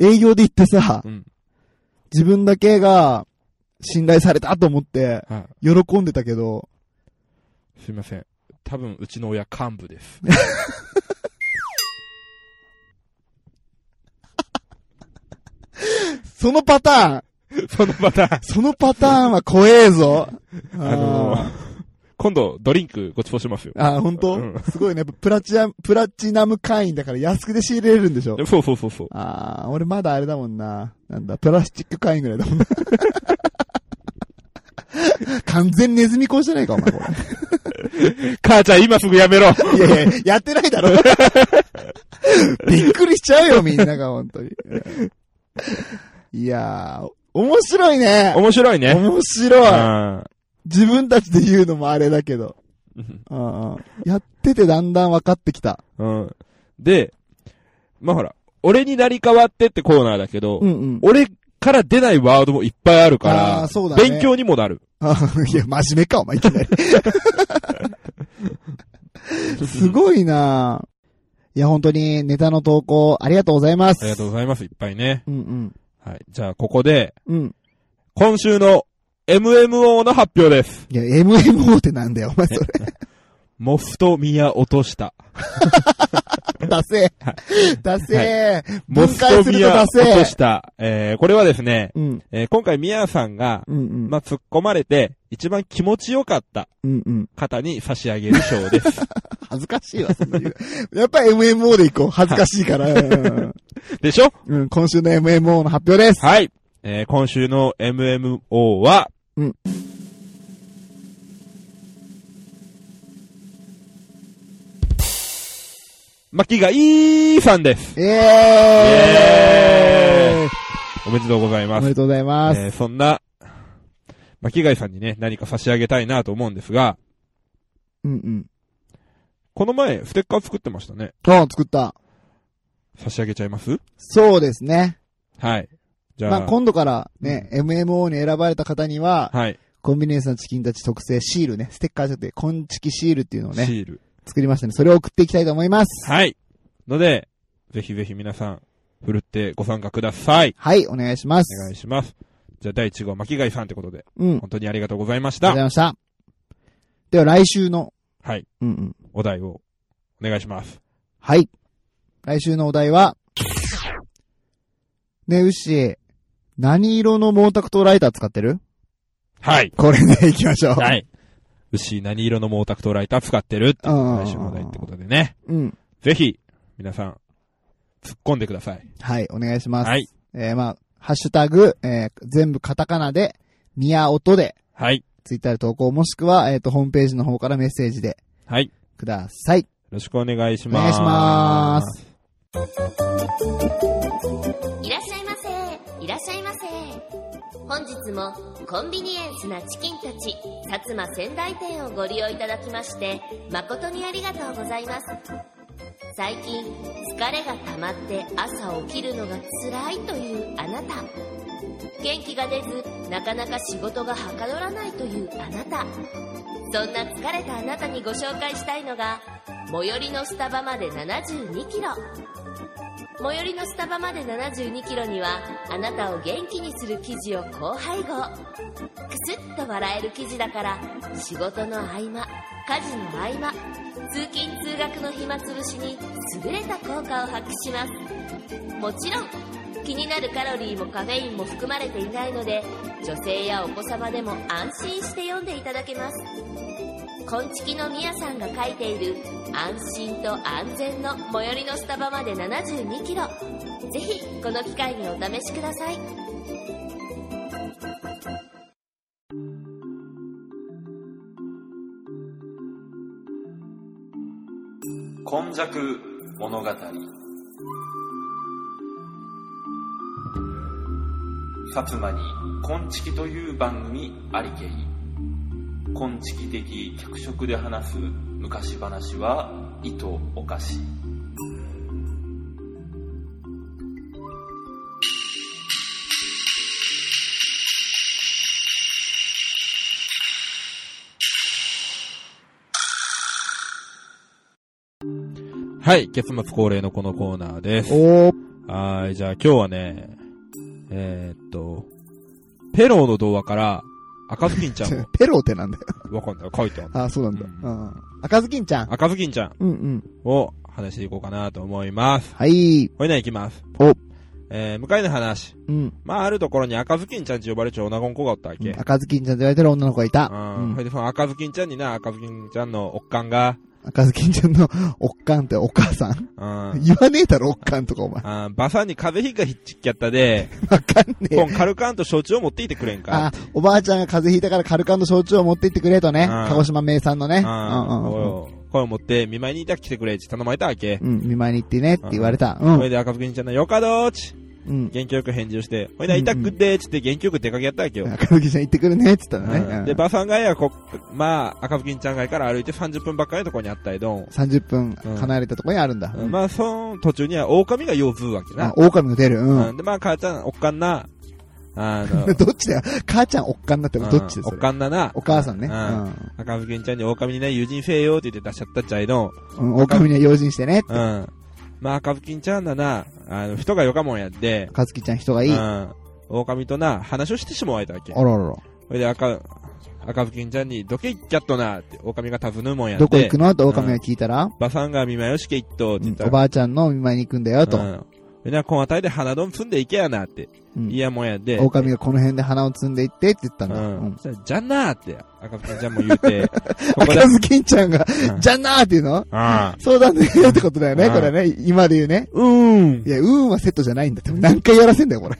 Speaker 1: 営業で行ってさ、
Speaker 2: うん。
Speaker 1: 自分だけが、信頼されたと思って、
Speaker 2: は
Speaker 1: 喜んでたけど、
Speaker 2: い。すいません。多分うちの親幹部です。
Speaker 1: そのパターン、
Speaker 2: そのパターン。
Speaker 1: そのパターンは怖えぞ。
Speaker 2: あのー、今度ドリンクごちそうしますよ。
Speaker 1: あー、本当、
Speaker 2: うん
Speaker 1: すごいね。やっぱプラチナム、プラチナム会員だから安くで仕入れれるんでしょ
Speaker 2: で。もそうそうそうそう。
Speaker 1: あー、俺まだあれだもんな。なんだ、プラスチック会員ぐらいだもんな。 完全にネズミ講じゃないか、お前こ
Speaker 2: 母ちゃん今すぐや めろ
Speaker 1: れ。いやいや、やってないだろ。 びっくりしちゃうよ、みんなが、本当に。いやー、面白いね。
Speaker 2: 面白いね。
Speaker 1: 面白い。
Speaker 2: あ
Speaker 1: 自分たちで言うのもあれだけど。
Speaker 2: ー
Speaker 1: うんうんやっててだんだん分かってきた。
Speaker 2: うん。で、まあほら、俺になり変わってってコーナーだけど、
Speaker 1: うんうん。
Speaker 2: 俺から出ないワードもいっぱいあるか
Speaker 1: あー
Speaker 2: ら、
Speaker 1: そうだね
Speaker 2: 勉強にもなる。
Speaker 1: あいや、真面目か、お前、いきなり。すごいないや、本当に、ネタの投稿、ありがとうございます。
Speaker 2: ありがとうございます、いっぱいね。
Speaker 1: うんうん。
Speaker 2: はい。じゃあ、ここで、
Speaker 1: うん。
Speaker 2: 今週の MMO の発表です。
Speaker 1: いや、MMO ってなんだよ、お前、それ。
Speaker 2: モフトミヤ落とした。
Speaker 1: ダセえ。ダセえ。
Speaker 2: モ
Speaker 1: 分
Speaker 2: フ
Speaker 1: 解
Speaker 2: ト
Speaker 1: する
Speaker 2: ミ
Speaker 1: と
Speaker 2: ヤ
Speaker 1: ダ
Speaker 2: 落と
Speaker 1: セ
Speaker 2: し
Speaker 1: え。
Speaker 2: た。えー、これはですね、
Speaker 1: うん。
Speaker 2: えー今回ミヤさんが、
Speaker 1: うんうん。
Speaker 2: まあ、突っ込まれて、一番気持ちよかった
Speaker 1: うんうん。
Speaker 2: 方に差し上げる 賞です。
Speaker 1: 恥ずかしいわ、そんな言う やっぱり MMO で行こう。恥ずかしいから。うん
Speaker 2: でしょ
Speaker 1: うん、今週の MMO の発表です。
Speaker 2: はい。えー今週の MMO は、
Speaker 1: うん
Speaker 2: マキがいいさんです。
Speaker 1: ええ
Speaker 2: イエおめでとうござい
Speaker 1: ーお
Speaker 2: ま
Speaker 1: め
Speaker 2: す。
Speaker 1: でとうございます。
Speaker 2: えーそんな、マキガイさんにね、何か差し上げたいなと思うんですが、
Speaker 1: うんうん。
Speaker 2: この前、ステッカー作ってましたね。
Speaker 1: あ、作った。
Speaker 2: 差し上げちゃいます
Speaker 1: そうですね。
Speaker 2: はい。じゃ
Speaker 1: ま
Speaker 2: あ、
Speaker 1: あ、今度からね、MMO に選ばれた方には、
Speaker 2: はい、
Speaker 1: コンビニエンスのチキンたち特製シールね、ステッカーじゃなくて、コンチキシールっていうのを
Speaker 2: シ
Speaker 1: ね、
Speaker 2: ール。
Speaker 1: 作りましたね。それを送っていきたいと思います。
Speaker 2: はい。ので、ぜひぜひ皆さん、ふるってご参加ください。
Speaker 1: はい、お願いしま
Speaker 2: お願
Speaker 1: す。
Speaker 2: いします。じゃあ、第1号、巻貝さんってことで、
Speaker 1: うん。ありが
Speaker 2: 本当にありがとうございまし
Speaker 1: とうござ
Speaker 2: た。
Speaker 1: いました。では、来週の、
Speaker 2: はい。
Speaker 1: うんうん。
Speaker 2: お題を、お願いします。
Speaker 1: はい。来週のお題は、ね、うっしー、何色の毛沢東ライター使ってる
Speaker 2: はい。
Speaker 1: これね、行きましょう。
Speaker 2: はい。牛、何色の毛沢東ライター使ってるっていう
Speaker 1: うん
Speaker 2: 来週のお題ってことでね。
Speaker 1: うん。
Speaker 2: ぜひ、皆さん、突っ込んでください。
Speaker 1: はい、お願いします。
Speaker 2: はい。
Speaker 1: えーまあ、ハッシュタグ、えー全部カタカナで、宮音で、
Speaker 2: はい。
Speaker 1: ツイッターで投稿、もしくは、えっ、と、ホームページの方からメッセージで
Speaker 2: はい。よ
Speaker 1: ください。
Speaker 2: ろしくお願いし
Speaker 1: お
Speaker 2: ます。
Speaker 1: 願いします。
Speaker 5: いらっしゃいませいらっしゃいませ本日もコンビニエンスなチキンたち薩摩仙台店をご利用いただきまして誠にありがとうございます最近疲れが溜まって朝起きるのが辛いというあなた元気が出ずなかなか仕事がはかどらないというあなたそんな疲れたあなたにご紹介したいのが最寄りのスタバまで7 2キロ最寄りのスタバまで7 2キロにはあなたを元気にする記事を高配合クスッと笑える記事だから仕事の合間家事の合間通勤通学の暇つぶしに優れた効果を発揮しますもちろん気になるカロリーもカフェインも含まれていないので女性やお子様でも安心して読んでいただけます昆虫のみやさんが書いている安心と安全の最寄りのスタバまで7 2キロぜひこの機会にお試しください
Speaker 6: 今昔物語薩摩に「昆虫という番組ありけり昆虫的脚色で話す昔話は意図おかし
Speaker 2: はい、月末恒例のこのコーナーです。
Speaker 1: おー、
Speaker 2: はーい、じゃあ今日はね、えーっと、ペローの童話から、赤ずきんちゃ ん
Speaker 1: ペロってなんだよ。
Speaker 2: を、わかんない、書いてある。
Speaker 1: あ、そうなんだ。
Speaker 2: う
Speaker 1: うん。赤ずきんちゃん。
Speaker 2: 赤ずきんちゃん
Speaker 1: うんうん。
Speaker 2: を話していこうかなと思います。
Speaker 1: はい。
Speaker 2: ほいな、行きます。
Speaker 1: お、
Speaker 2: えー、向かいの話。
Speaker 1: うん。
Speaker 2: まあ、あるところに赤ずきんちゃんって呼ばれちゃう女の子がおったわけ。
Speaker 1: 赤ずきんちゃんと言われてる女の子がいた。う
Speaker 2: うん。それ
Speaker 1: ん。
Speaker 2: で、その赤ずきんちゃんにな、赤ずきんちゃんのおっかんが、
Speaker 1: 赤ずきんちゃんのおっかんってお母さん。
Speaker 2: うん。
Speaker 1: 言わねえだろ、おっかんとかお前。
Speaker 2: あーばさんに風邪ひいがひっちっきゃったで、
Speaker 1: わかんねえ
Speaker 2: 今。カルカンと焼酎を持っていてくれんか
Speaker 1: あ。、おばあちゃんが風邪ひいたからカルカンの焼酎を持って行ってくれとね。
Speaker 2: うん
Speaker 1: 鹿児島名産のね。うんうんうん。
Speaker 2: これを持って、見舞いにいたら来てくれって頼まれたわけ。
Speaker 1: うん、見舞いに行ってねって言われた。う
Speaker 2: それ
Speaker 1: ん。
Speaker 2: で赤ずきんちゃんのよかどーち。
Speaker 1: うん。
Speaker 2: 元気よく返事をして、ほいな、痛くってーつって元気よく出かけやったわけよ。
Speaker 1: 赤ずきんちゃん行ってくるねって言ったの
Speaker 2: う
Speaker 1: ね。
Speaker 2: ん
Speaker 1: うん
Speaker 2: で、ばさんがやこ、まあ、赤ずきんちゃん街から歩いて30分ばっかりのとこにあったいどん。
Speaker 1: 30分
Speaker 2: うん
Speaker 1: 離れたところにあるんだ。
Speaker 2: まあ、その途中には狼がようずうわけ
Speaker 1: あ
Speaker 2: な。
Speaker 1: 狼が出る。う。
Speaker 2: うんんで、まあ、母ちゃん、おっかんな、あの、
Speaker 1: どっちだよ。母ちゃんおっかんだって
Speaker 2: うん
Speaker 1: どっ ちです
Speaker 2: おっかんなな。
Speaker 1: お母さんね。
Speaker 2: う
Speaker 1: うん。
Speaker 2: 赤ずきんちゃんに狼にね、友人せえよって言って出しちゃったっちゃいどん。
Speaker 1: うん、狼には用心してねって。
Speaker 2: うん。まあ、赤ずきんちゃんだな、あの、人がよかもんやって、
Speaker 1: かずきちゃん人がいい。
Speaker 2: う
Speaker 1: あ
Speaker 2: ん。狼とな、話をしてしまわれたわけ。
Speaker 1: ららら。
Speaker 2: それで赤、赤ずきんちゃんに、どけ行っちゃっとな、って、狼が尋ぬもんやって。
Speaker 1: どこ行くのって狼が聞いたら、
Speaker 2: ばさんが見舞いをしけ行っと、って
Speaker 1: う
Speaker 2: 言っ
Speaker 1: ん
Speaker 2: たら。
Speaker 1: おばあちゃんの見舞いに行くんだよと。
Speaker 2: うん。みんな、この辺りで花丼積んでいけやな、って。
Speaker 1: うん
Speaker 2: いやもんやで。
Speaker 1: 狼がこの辺で花を摘んでいってって言ったんだ。
Speaker 2: う
Speaker 1: うんん。
Speaker 2: そしたら。じゃんなーって、赤ずきんちゃんも言 うて、ここだ
Speaker 1: 赤。ずきんちゃんが、
Speaker 2: うん
Speaker 1: じゃんなーって言うの
Speaker 2: あ
Speaker 1: そうだねってことだよね、
Speaker 2: うん
Speaker 1: これね。今で言うね。
Speaker 2: うーん
Speaker 1: い。や、うーんはセットじゃないんだって。何回やらせんだよ、 これ。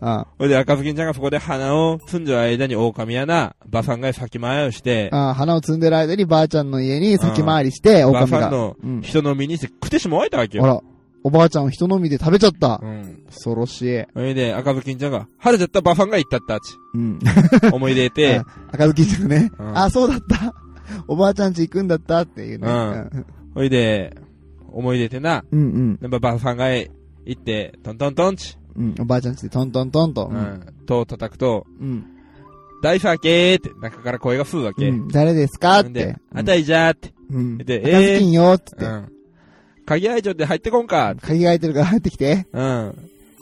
Speaker 1: あ
Speaker 2: それで赤ずきんちゃんがそこで花を摘んじゃう間に狼やな、ばさんが先回りをして、
Speaker 1: あ、花を摘んでる間にばあちゃんの家に先回りして、
Speaker 2: ば
Speaker 1: 狼
Speaker 2: さん
Speaker 1: が。
Speaker 2: の
Speaker 1: うん。
Speaker 2: 人の身にして食ってしまわれたわけ
Speaker 1: あ
Speaker 2: よ。
Speaker 1: ら、おばあちゃんを人のみで食べちゃった
Speaker 2: う。ん。
Speaker 1: 恐ろしい。
Speaker 2: それで赤ずきんちゃんが、晴れちゃったばさんが言ったったっち。
Speaker 1: うん。
Speaker 2: 思い出て
Speaker 1: あ、赤ずきんちゃんね。
Speaker 2: うん
Speaker 1: あ、そうだった。おばあちゃん家行くんだったっていうね。
Speaker 2: うんそれで、思い出てな、
Speaker 1: うんうん
Speaker 2: やっぱばさんが行って、トントントンち。
Speaker 1: うん。おばあちゃん家でトントントンと。う
Speaker 2: う
Speaker 1: ん。
Speaker 2: ん。と叩くと、
Speaker 1: うん。
Speaker 2: 大佐けーって中から声がするわ
Speaker 1: う
Speaker 2: け。
Speaker 1: ん誰ですかっ
Speaker 2: んで
Speaker 1: て。、
Speaker 2: あたいじゃーって。
Speaker 1: うん。
Speaker 2: で
Speaker 1: 赤ずきんよって
Speaker 2: う
Speaker 1: 言って。
Speaker 2: ん。鍵愛情で入ってこんか。
Speaker 1: 鍵が開いてるから入ってきて。
Speaker 2: うん。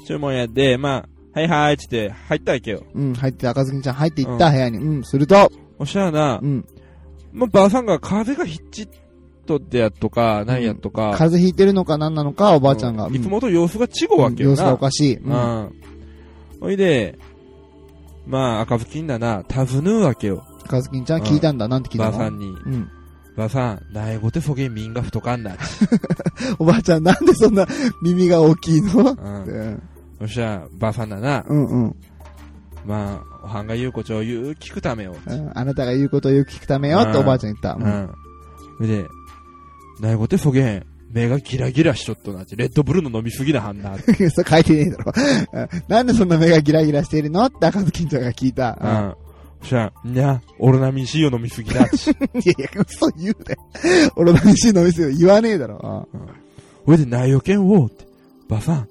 Speaker 2: 注文やで、まあ、はいはいつって入ったわけよ。
Speaker 1: うん。入って、赤ずきんちゃん入っていっ
Speaker 2: う
Speaker 1: た
Speaker 2: ん
Speaker 1: 部屋に。うん。すると、
Speaker 2: おっしゃらな
Speaker 1: う、ん。
Speaker 2: まあ、ばあさんが風がひっちっとってやっとか、なんやっとか。
Speaker 1: 風邪ひいてるのか何なのか、おばあちゃんが。
Speaker 2: いつもと様子が違うわけよな。
Speaker 1: 様子がおかしい。うん。
Speaker 2: うん。ほいで、まあ、赤ずきんだな、尋ぬうわけよ。
Speaker 1: 赤ずきんちゃん聞いたんだ。なんて聞いた
Speaker 2: ばあさ
Speaker 1: の
Speaker 2: んに。
Speaker 1: うん。
Speaker 2: ばあさん、なえごてそげんみんが太 かんな。
Speaker 1: おばあちゃんなんでそんな耳が大きいの
Speaker 2: うん。
Speaker 1: うん
Speaker 2: そしたら、ばあさんだな、
Speaker 1: うんうん。
Speaker 2: まあ、おはんが言うこちょを言う聞くためを。
Speaker 1: うんあなたが言うことをよく聞くためよっておばあちゃん言った。
Speaker 2: う
Speaker 1: うん
Speaker 2: ん。ほいで、なえごてそげん、目がギラギラしとっとなって、レッドブルの飲みすぎなはん
Speaker 1: い
Speaker 2: な。
Speaker 1: やそれ書いてねえだろ。うんなんでそんな目がギラギラしているのって赤ずきんちゃんが聞いた。
Speaker 2: う
Speaker 1: うん
Speaker 2: ん。そしたら、にゃ、オロナミン C を飲みすぎだ。
Speaker 1: いやいや、嘘言うで。俺何しいの店言わねえだろ。
Speaker 2: ほいで、ないよけんを、って。ばさん、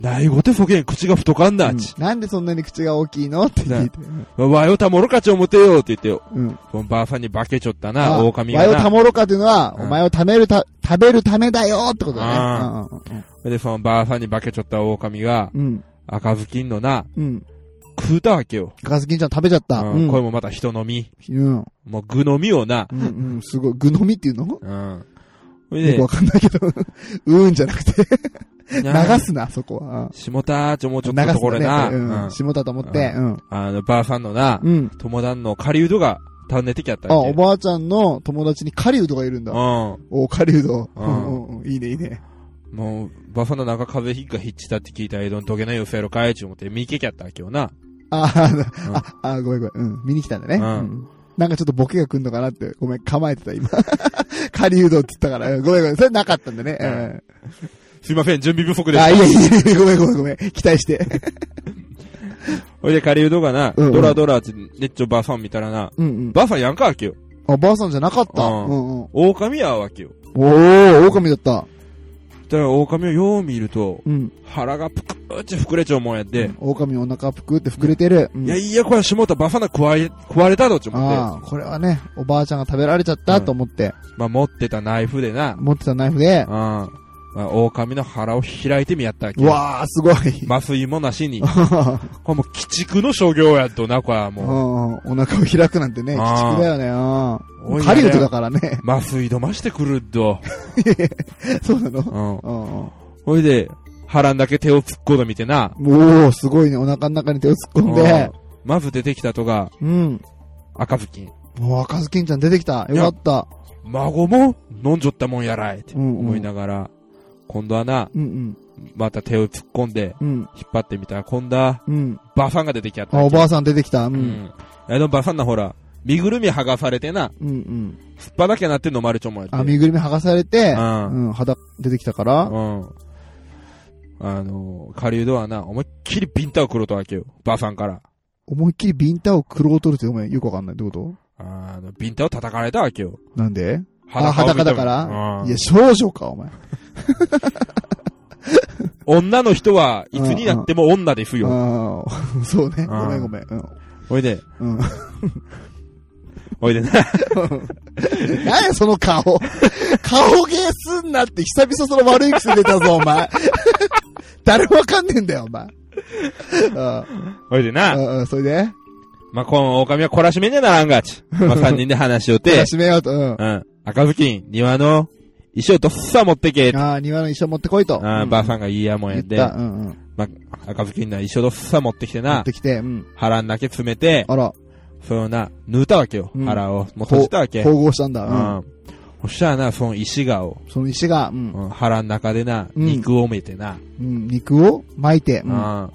Speaker 2: ないごてそげん、口が太かん
Speaker 1: う
Speaker 2: な、
Speaker 1: ん
Speaker 2: ち。
Speaker 1: なんでそんなに口が大きいのって聞いて。
Speaker 2: わよたもろかち思てよ、って言って、
Speaker 1: うん。
Speaker 2: このばあさんに化けちょったな、
Speaker 1: あ
Speaker 2: 狼
Speaker 1: わよ
Speaker 2: が
Speaker 1: た
Speaker 2: な。
Speaker 1: もろかというのは、
Speaker 2: うん
Speaker 1: お前をためるた、食べるためだよってことだ
Speaker 2: あ
Speaker 1: ね。
Speaker 2: で、そのばあさんに化けちょった狼が、
Speaker 1: うんうん。
Speaker 2: 赤ずきんのな、
Speaker 1: うん。うん。
Speaker 2: 食うたわけよ。
Speaker 1: ガスキンちゃん食べちゃった。
Speaker 2: う。
Speaker 1: うんん。
Speaker 2: これ
Speaker 1: うん。
Speaker 2: もまた人のみ。
Speaker 1: うん。
Speaker 2: もう具のみをな。
Speaker 1: うん。すごい。具のみっていうの
Speaker 2: うん。ほい
Speaker 1: よ
Speaker 2: で
Speaker 1: くわ、かんないけど。 うーんじゃなくて。
Speaker 2: にゃ
Speaker 1: 流すな、そこは。
Speaker 2: しもたーちょもうち
Speaker 1: 流
Speaker 2: ょ
Speaker 1: す
Speaker 2: っ
Speaker 1: な
Speaker 2: と
Speaker 1: ね
Speaker 2: ところな。
Speaker 1: う
Speaker 2: うん
Speaker 1: ん。下だと思って。うん。
Speaker 2: あの、ばあさんのな
Speaker 1: う、ん。
Speaker 2: 友達の狩人が訪ねてきやった
Speaker 1: あ、
Speaker 2: わけ
Speaker 1: おばあちゃんの友達に狩人がいるんだ。
Speaker 2: うん。
Speaker 1: お、狩人。う
Speaker 2: うんん
Speaker 1: うんうん。いいね、いいね。
Speaker 2: もう、ばあさんの中風邪ひっかひっちたって聞いたら、どんどけないよ、せろかいち思って、見けきゃったわけよな。
Speaker 1: ああ、あ、あ、ごめんごめん。うん。見に来たんだね。う
Speaker 2: うん
Speaker 1: ん。なんかちょっとボケが来んのかなって。ごめん、構えてた、今。 狩人って言ったから。うんごめんごめん。それなかったんだね。
Speaker 2: うん
Speaker 1: うん
Speaker 2: すいません、準備不足で
Speaker 1: あ、い
Speaker 2: す。
Speaker 1: やいやいや、ごめんごめんごめん。期待して。
Speaker 2: ほいで、狩人がな、
Speaker 1: うんうん
Speaker 2: ドラドラって、ねっちょばあさん見たらな、
Speaker 1: うんうん。
Speaker 2: ばあさんやんかわけよ。
Speaker 1: あ、ばあさんじゃなかった。う
Speaker 2: うん
Speaker 1: んうん。
Speaker 2: 狼やわけよ。
Speaker 1: おー、狼だった。
Speaker 2: ったら狼をよう見ると、
Speaker 1: うん。
Speaker 2: 腹がぷくーって膨れちゃうもんやって、
Speaker 1: 狼お腹ぷくって膨れてる。うん
Speaker 2: いや、いや、これ、しもうたバファナ食わえ、食われたどって思
Speaker 1: あ
Speaker 2: っ
Speaker 1: あ、これはね、おばあちゃんが食べられちゃったと思って、
Speaker 2: て、まあ、持ってたナイフでな、うん。
Speaker 1: 持ってたナイフで、
Speaker 2: まあ、狼の腹を開いてみやったわけ
Speaker 1: う。わあ、すごい。
Speaker 2: 麻酔もなしに。これもう、鬼畜の所業やとな、これは
Speaker 1: うん
Speaker 2: もう。
Speaker 1: お腹を開くなんてね、鬼
Speaker 2: ああ
Speaker 1: 畜だよね。う
Speaker 2: お
Speaker 1: ん
Speaker 2: い
Speaker 1: 狩人だからね。
Speaker 2: 麻酔飲ましてくるっど。
Speaker 1: そうな
Speaker 2: う
Speaker 1: の
Speaker 2: ん。
Speaker 1: うんうん
Speaker 2: ほいで、腹んだけ手を突っ込んでみてな。
Speaker 1: おおすごいね。お腹の中に手を突っ込んで。
Speaker 2: うんまず出てきたとが、
Speaker 1: うん。
Speaker 2: 赤ずきん。
Speaker 1: もう赤ずきんちゃん出てきた。よかった。
Speaker 2: 孫も飲んじょったもんやらいって
Speaker 1: うんうん
Speaker 2: 思いながら、今度はな、
Speaker 1: うん
Speaker 2: また手を突っ込んで、
Speaker 1: うん。うん。
Speaker 2: 引っ張ってみたら、今度は、
Speaker 1: うん。
Speaker 2: バファンが出てきやった
Speaker 1: あ、
Speaker 2: わ
Speaker 1: お
Speaker 2: け。
Speaker 1: ばあさん出てきた。う。
Speaker 2: うんん。あのバファンなほら、身ぐるみ剥がされてな、
Speaker 1: うんうん。
Speaker 2: すっぱだけなって飲まれちょもんやって。
Speaker 1: あ、身ぐるみ剥がされて、
Speaker 2: うん
Speaker 1: うん。肌出てきたから。
Speaker 2: うん。あの、狩人はな、思いっきりビンタを食ろうとわけよ。バファンから。
Speaker 1: 思いっきりビンタを食ろうとるってごめん、よくわかんない。どういうこ
Speaker 2: あの、ビンタを叩かれたわけよ。
Speaker 1: となんで
Speaker 2: を
Speaker 1: あ、裸だから
Speaker 2: うん
Speaker 1: いや、少女か、お前。
Speaker 2: 女の人はいつになっても女ですよ。
Speaker 1: ああ、そうね。
Speaker 2: ん
Speaker 1: ごめんごめん。うん。
Speaker 2: おいで、
Speaker 1: うん。
Speaker 2: おいでな。
Speaker 1: 何や、その顔。顔芸すんなって、久々その悪い癖出たぞ、お前。 誰もわかんねえんだよ、お前。うん
Speaker 2: おいで
Speaker 1: う
Speaker 2: な。
Speaker 1: んうん、それで
Speaker 2: まあ、この狼は懲らしめにゃならん がち。まあ、三人で話しよっ
Speaker 1: で
Speaker 2: て、
Speaker 1: 締めようと。うん。
Speaker 2: うん。赤ずきん、庭の石をどっさ持ってけ。あ
Speaker 1: ああ、庭の衣装持ってこいと。う
Speaker 2: あー、
Speaker 1: ん
Speaker 2: ばあさんがいいやもん
Speaker 1: 言
Speaker 2: や
Speaker 1: っ
Speaker 2: で、
Speaker 1: た。うんうん。
Speaker 2: まあ、赤ずきんな石をどっさ持ってきて
Speaker 1: 持
Speaker 2: な
Speaker 1: っ、てきて、うん。
Speaker 2: 腹んだけ詰めて、
Speaker 1: あら、
Speaker 2: そのな、縫うたわけよ。
Speaker 1: うん
Speaker 2: 腹を、もう閉じたわけ。
Speaker 1: 統合したんだ。
Speaker 2: う
Speaker 1: うん
Speaker 2: ん。そしたらな、その石がを、
Speaker 1: その石が、うん。
Speaker 2: うん腹ん中でな、
Speaker 1: うん
Speaker 2: 肉を埋めてな、
Speaker 1: うん肉を巻いて、う。
Speaker 2: うんん。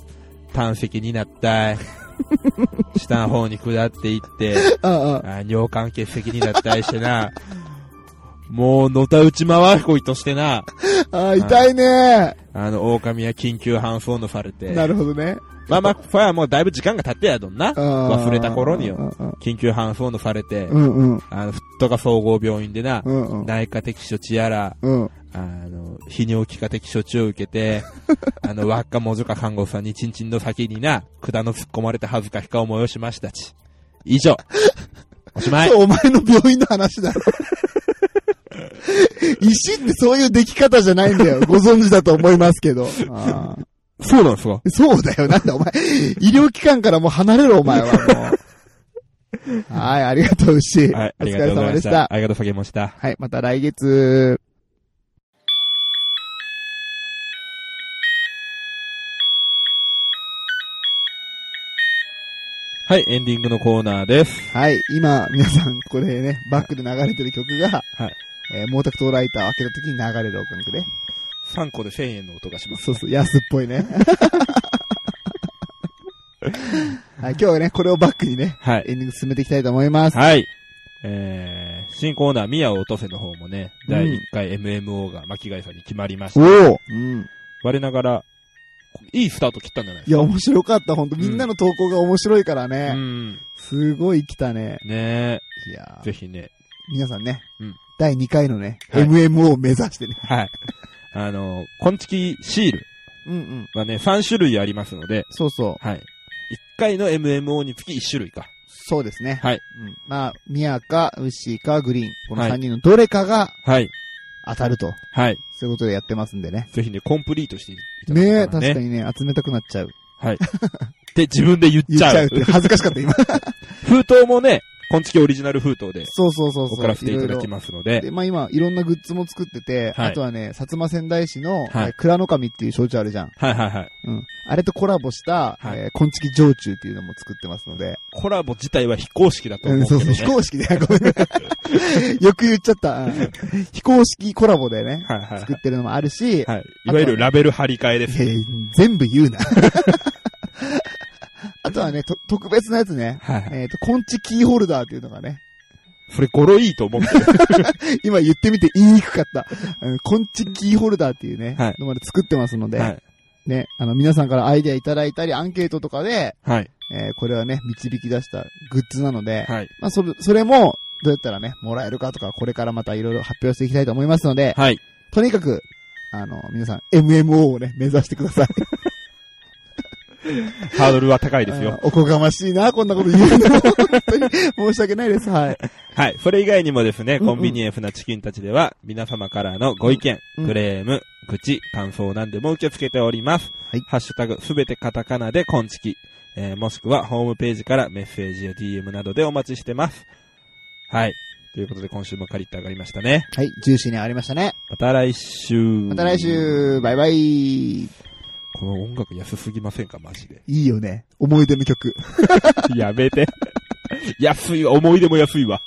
Speaker 2: 胆石になっ たい。下の方に下っていって、
Speaker 1: ああ、
Speaker 2: あ尿管結石になったりしてな、もう、のたうち回るこいとしてな、
Speaker 1: ああ、痛いね
Speaker 2: あの、狼は緊急搬送のされて。
Speaker 1: なるほどね。
Speaker 2: まあまあ、ファはもうだいぶ時間が経ってやどんな。
Speaker 1: あー
Speaker 2: 忘れた頃によ。。
Speaker 1: うん
Speaker 2: 緊急搬送のされて、
Speaker 1: うんうん。
Speaker 2: あの、フットが総合病院でな
Speaker 1: う、んうん。
Speaker 2: 内科的処置やら、
Speaker 1: うん。
Speaker 2: あの、泌尿器科的処置を受け て、あの、輪っかもずか看護婦さんにチンチンの先にな、管の突っ込まれて恥ずかしか思いをしましたち。以 上。おしまい
Speaker 1: そ。れお前の病院の話 だろ。石ってそういう出来方じゃないんだよ。ご存知だと思いますけど。あー
Speaker 2: そうなんですか
Speaker 1: そうだよ。なんだお前。医療機関からもう離れろ、お前はも う。はい、ありがとう、牛。
Speaker 2: はい、
Speaker 1: お
Speaker 2: あり
Speaker 1: 疲
Speaker 2: がと
Speaker 1: れ
Speaker 2: うござ
Speaker 1: 様
Speaker 2: いま
Speaker 1: で
Speaker 2: し。
Speaker 1: したた。
Speaker 2: ありがとうございました。
Speaker 1: はい、また来月。
Speaker 2: はい、エンディングのコーナーです。
Speaker 1: はい、今、皆さん、これね、バックで流れてる曲が、
Speaker 2: はい
Speaker 1: えー毛沢東ライターを開けた時に流れる音楽で。
Speaker 2: 3個で1000円の音がします。
Speaker 1: そうそう、安っぽいね。 はい、今日はね、これをバックにね、
Speaker 2: はい。
Speaker 1: エンディング進めていきたいと思います。
Speaker 2: はい。えー、新コーナー、宮を落とせの方もね、
Speaker 1: うん
Speaker 2: 第1回 MMO が巻貝さんに決まりまし
Speaker 1: お
Speaker 2: た。
Speaker 1: おうん。
Speaker 2: 我ながら、いいスタート切ったんじゃない
Speaker 1: い
Speaker 2: です
Speaker 1: や、
Speaker 2: か。
Speaker 1: 面白かった、ほんと。みんなの投稿が面白いからね。
Speaker 2: うん。
Speaker 1: すごい来たね。
Speaker 2: ね
Speaker 1: いや
Speaker 2: え、
Speaker 1: ー
Speaker 2: ぜひね。
Speaker 1: 皆さんね、
Speaker 2: うん
Speaker 1: 第2回のね、
Speaker 2: はい
Speaker 1: MMO を目指してね。
Speaker 2: はい。 あの、昆虫シール
Speaker 1: うんうん。
Speaker 2: はね、3種類ありますので、
Speaker 1: そうそう。
Speaker 2: はい。1回の MMO につき1種類か。
Speaker 1: そうですね。
Speaker 2: はい
Speaker 1: うん。まあ、ミヤか、ウッシーか、グリーン。この
Speaker 2: はい
Speaker 1: 3人のどれかが
Speaker 2: はい。
Speaker 1: 当たると。
Speaker 2: はい。
Speaker 1: そういうことでやってますんでね。
Speaker 2: ぜひね、コンプリートしていただけ
Speaker 1: ねえ、
Speaker 2: たら
Speaker 1: 確かにね、集めたくなっちゃう。
Speaker 2: はい。 って自分で言っ
Speaker 1: 言っ
Speaker 2: ち
Speaker 1: ち
Speaker 2: ゃう。
Speaker 1: ゃうって、恥ずかしかった、 今。
Speaker 2: 封筒もね、昆虫オリジナル封筒で、
Speaker 1: そうそうそうそう。
Speaker 2: 送らせていただき
Speaker 1: ま
Speaker 2: ますので、
Speaker 1: で、まあ今、いろんなグッズも作ってて、
Speaker 2: はい
Speaker 1: あとはね、薩摩仙台市の、
Speaker 2: はい
Speaker 1: えー蔵の神っていう焼酎あるじゃん。
Speaker 2: はいはいはい。
Speaker 1: うん。あれとコラボした、
Speaker 2: はい
Speaker 1: えー昆虫焼酎っていうのも作ってますので。
Speaker 2: コラボ自体は非公式だと
Speaker 1: う
Speaker 2: 思
Speaker 1: ん、
Speaker 2: うけ
Speaker 1: そう
Speaker 2: ど
Speaker 1: そう、
Speaker 2: ね。
Speaker 1: 非公式で、ごめんよく言っちゃった。うん非公式コラボでね、
Speaker 2: はいはい
Speaker 1: 作ってるのもあるし、
Speaker 2: はい。いわゆるラベル張り替えで
Speaker 1: い
Speaker 2: す
Speaker 1: や
Speaker 2: ね。
Speaker 1: いや全部言うな。 あとはね、と、特別なやつね。
Speaker 2: はいはい。
Speaker 1: えっ、と、コンチキーホルダーっていうのがね、
Speaker 2: それ語呂いいと思ってる。
Speaker 1: 今言ってみて言いにくかった。うん、コンチキーホルダーっていうね、
Speaker 2: はい
Speaker 1: のまで作ってますので、
Speaker 2: はい。
Speaker 1: ね、あの、皆さんからアイデアいただいたり、アンケートとかで、
Speaker 2: はい。
Speaker 1: えーこれはね、導き出したグッズなので、
Speaker 2: はい。
Speaker 1: まあ、それ、それも、どうやったらね、もらえるかとか、これからまたいろいろ発表していきたいと思いますので、
Speaker 2: はい。
Speaker 1: とにかく、ああの、皆さん、MMO をね、目指してください。
Speaker 2: ハードルは高いですよ。
Speaker 1: あーおこがましいな、こんなこと言 うの。本当に申し訳ないです。はい。
Speaker 2: はい。それ以外にもですね、
Speaker 1: うん
Speaker 2: コンビニエンスなチキンたちでは、皆様からのご意見、
Speaker 1: うん
Speaker 2: クレーム、口、感想なんでも受け付けております。
Speaker 1: はい
Speaker 2: ハッシュタグ、すべてカタカナでコンチキ。えー、もしくはホームページからメッセージや DM などでお待ちしてます。はい。ということで今週もカリッと上がりましたね。
Speaker 1: はい、ジューシーにありましたね。
Speaker 2: また来週。
Speaker 1: また来。週、バイバイ。い。
Speaker 2: この音楽安すぎませんかマジで
Speaker 1: いよね。思い出の曲。
Speaker 2: やめて。安いわ。思い出も安いわ。